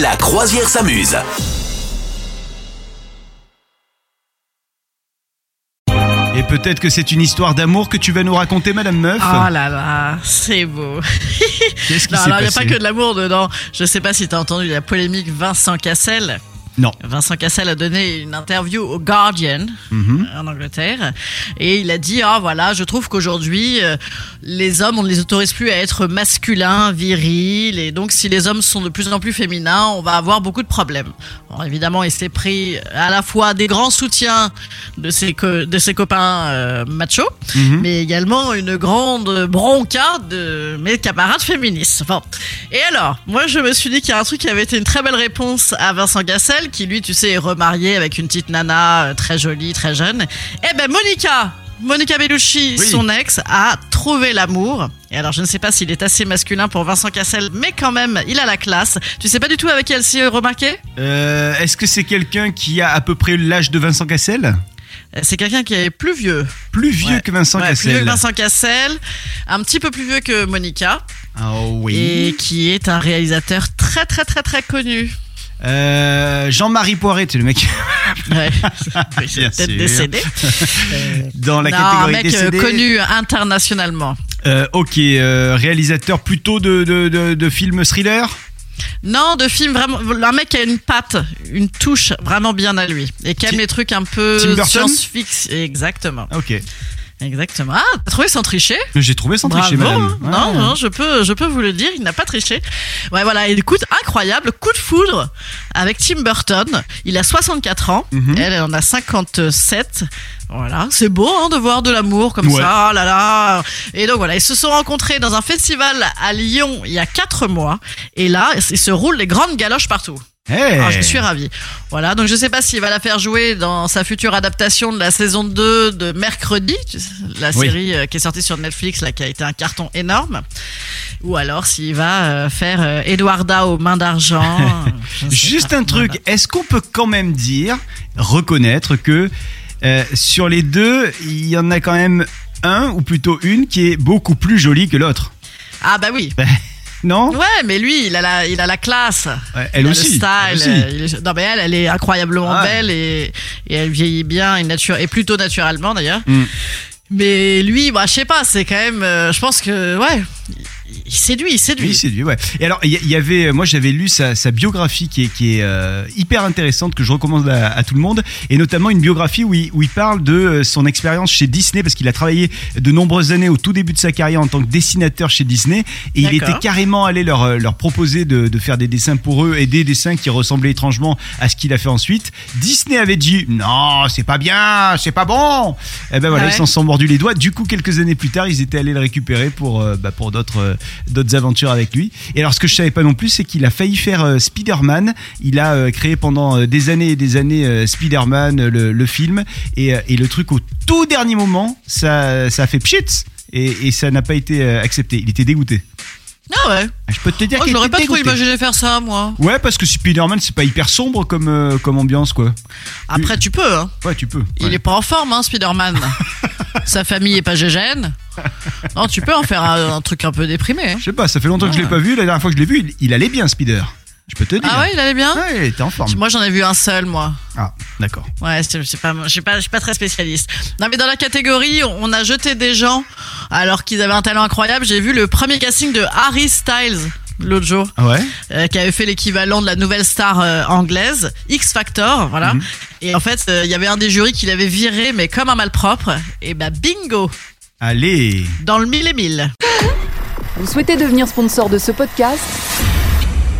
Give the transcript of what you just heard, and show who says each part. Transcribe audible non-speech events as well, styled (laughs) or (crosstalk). Speaker 1: La croisière s'amuse.
Speaker 2: Et peut-être que c'est une histoire d'amour que tu vas nous raconter, Madame Meuf.
Speaker 3: Oh là là, c'est beau.
Speaker 2: Qu'est-ce qui
Speaker 3: Non,
Speaker 2: s'est
Speaker 3: alors il n'y a
Speaker 2: passé
Speaker 3: pas que de l'amour dedans. Je sais pas si t'as entendu la polémique Vincent Cassel.
Speaker 2: Non.
Speaker 3: Vincent Cassel a donné une interview au Guardian euh,
Speaker 2: Mhm.
Speaker 3: en Angleterre et il a dit ah voilà je trouve qu'aujourd'hui euh, les hommes on ne les autorise plus à être masculins virils et donc si les hommes sont de plus en plus féminins on va avoir beaucoup de problèmes Bon, évidemment il s'est pris à la fois des grands soutiens de ses co- de ses copains euh, machos
Speaker 2: Mhm.
Speaker 3: mais également une grande bronca de mes camarades féministes. Enfin, et alors, moi je me suis dit qu'il y a un truc qui avait été une très belle réponse à Vincent Cassel, qui lui, tu sais, est remarié avec une petite nana euh, très jolie, très jeune. Eh ben Monica Monica Bellucci,
Speaker 2: Oui.
Speaker 3: son ex, a trouvé l'amour. Et alors, je ne sais pas s'il est assez masculin pour Vincent Cassel, mais quand même, il a la classe. Tu sais pas du tout avec qui elle s'est remarquée
Speaker 2: Euh, Est-ce que c'est quelqu'un qui a à peu près l'âge de Vincent Cassel
Speaker 3: Euh, C'est quelqu'un qui est plus vieux.
Speaker 2: Plus vieux
Speaker 3: Ouais.
Speaker 2: que Vincent
Speaker 3: Ouais, plus
Speaker 2: Cassel.
Speaker 3: vieux que Vincent Cassel, un petit peu plus vieux que Monica.
Speaker 2: Ah oui.
Speaker 3: et qui est un réalisateur très très très très connu.
Speaker 2: Euh, Jean-Marie Poiret, c'est le mec (laughs)
Speaker 3: Ouais.
Speaker 2: Bien
Speaker 3: Peut-être
Speaker 2: sûr.
Speaker 3: décédé.
Speaker 2: dans la
Speaker 3: Non, un
Speaker 2: catégorie
Speaker 3: mec euh,
Speaker 2: décédé.
Speaker 3: connu internationalement.
Speaker 2: Euh, ok, euh, réalisateur plutôt de, de, de, de films thriller
Speaker 3: Non, de film vraiment. Un mec qui a une patte, une touche vraiment bien à lui. Et qui aime
Speaker 2: Tim-
Speaker 3: les trucs un peu
Speaker 2: Tim Burton
Speaker 3: science-fiction. Exactement.
Speaker 2: Ah, Ok.
Speaker 3: Exactement. Ah, t'as trouvé sans tricher
Speaker 2: J'ai trouvé sans tricher,
Speaker 3: Bravo,
Speaker 2: madame.
Speaker 3: hein.
Speaker 2: Ouais.
Speaker 3: Non, non, je peux, je peux vous le dire, il n'a pas triché. Ouais, voilà, et écoute, incroyable, coup de foudre avec Tim Burton. Il a 64 ans,
Speaker 2: Mhm.
Speaker 3: elle, elle en a 57. Voilà, c'est beau hein, de voir de l'amour comme
Speaker 2: Ouais.
Speaker 3: ça, oh là là. Et donc voilà, ils se sont rencontrés dans un festival à Lyon il y a 4 mois. Et là, ils se roulent les grandes galoches partout.
Speaker 2: Hey.
Speaker 3: Alors, Ah, je suis ravie. Voilà, donc je sais pas s'il va la faire jouer dans sa future adaptation de la saison 2 de mercredi, tu sais, la
Speaker 2: Oui.
Speaker 3: série euh, qui est sortie sur Netflix, là, qui a été un carton énorme. Ou alors s'il va euh, faire euh, Eduarda aux mains d'argent. (laughs) euh, je ne sais
Speaker 2: Juste
Speaker 3: pas.
Speaker 2: un truc,
Speaker 3: Voilà.
Speaker 2: est-ce qu'on peut quand même dire, reconnaître que euh, sur les deux, il y en a quand même un, ou plutôt une, qui est beaucoup plus jolie que l'autre
Speaker 3: Ah bah oui.
Speaker 2: Non
Speaker 3: Ouais, mais lui, il a la, il a la classe.
Speaker 2: Ouais, Elle
Speaker 3: Il a
Speaker 2: aussi.
Speaker 3: Le
Speaker 2: elle
Speaker 3: style.
Speaker 2: aussi.
Speaker 3: euh, il est- non mais elle, elle est incroyablement
Speaker 2: Ah.
Speaker 3: belle et, et elle vieillit bien et, nature, et plutôt naturellement d'ailleurs.
Speaker 2: Mm.
Speaker 3: Mais lui, bah, je sais pas, c'est quand même. euh, je pense que ouais, il, il séduit, il séduit.
Speaker 2: Oui, c'est lui, ouais. Et alors, il y, il y avait, euh, moi j'avais lu sa, sa biographie qui est, qui est euh, hyper intéressante, que je recommande à, à tout le monde, et notamment une biographie où il, où il parle de euh, son expérience chez Disney, parce qu'il a travaillé de nombreuses années au tout début de sa carrière en tant que dessinateur chez Disney, et il
Speaker 3: D'accord.
Speaker 2: était carrément allé leur, euh, leur proposer de, de faire des dessins pour eux, et des dessins qui ressemblaient étrangement à ce qu'il a fait ensuite. Disney avait dit, non, c'est pas bien, c'est pas bon. Et ben voilà,
Speaker 3: Ah
Speaker 2: ils
Speaker 3: ouais.
Speaker 2: s'en sont mordus les doigts. Du coup, quelques années plus tard, ils étaient allés le récupérer pour, euh, bah, pour d'autres euh, d'autres aventures avec lui. Et alors, ce que je savais pas non plus, c'est qu'il a failli faire euh, Spider-Man. Il a euh, créé pendant euh, des années et des années euh, Spider-Man, euh, le, le film. Et, euh, et le truc, au tout dernier moment, ça, ça a fait pchit. Et, et ça n'a pas été euh, accepté. Il était dégoûté.
Speaker 3: Ah ouais.
Speaker 2: Ah, Je peux te dire
Speaker 3: Oh, je
Speaker 2: qu'il
Speaker 3: l'aurais
Speaker 2: était
Speaker 3: pas trop
Speaker 2: dégoûté.
Speaker 3: imaginé faire ça, moi.
Speaker 2: Ouais, parce que Spider-Man, c'est pas hyper sombre comme, euh, comme ambiance, quoi.
Speaker 3: Après, tu peux. Hein.
Speaker 2: Ouais, tu peux.
Speaker 3: Il
Speaker 2: Mm. Ouais.
Speaker 3: est pas en forme,
Speaker 2: (laughs)
Speaker 3: hein, Spider-Man. Sa famille est pas gégène. Non, tu peux en faire un, un truc un peu déprimé. hein.
Speaker 2: Je sais pas, ça fait longtemps que je l'ai pas vu. La dernière fois que je l'ai vu, il, il allait bien, Spider. Je peux te dire.
Speaker 3: Ah ouais, il allait bien.
Speaker 2: Ouais, il était en forme.
Speaker 3: Moi, j'en ai vu un seul, moi.
Speaker 2: Ah, d'accord.
Speaker 3: Ouais, c'est c'est pas, je suis pas, je suis pas très spécialiste. Non, mais dans la catégorie, on a jeté des gens alors qu'ils avaient un talent incroyable. J'ai vu le premier casting de Harry Styles l'autre jour,
Speaker 2: Ah ouais
Speaker 3: euh, qui avait fait l'équivalent de la nouvelle star euh, anglaise X Factor, voilà.
Speaker 2: Mhm.
Speaker 3: Et en fait, euh, il y avait un des jurys qui l'avait viré, mais comme un malpropre. Et bah bingo,
Speaker 2: Allez
Speaker 3: dans le mille et mille.
Speaker 4: Vous souhaitez devenir sponsor de ce podcast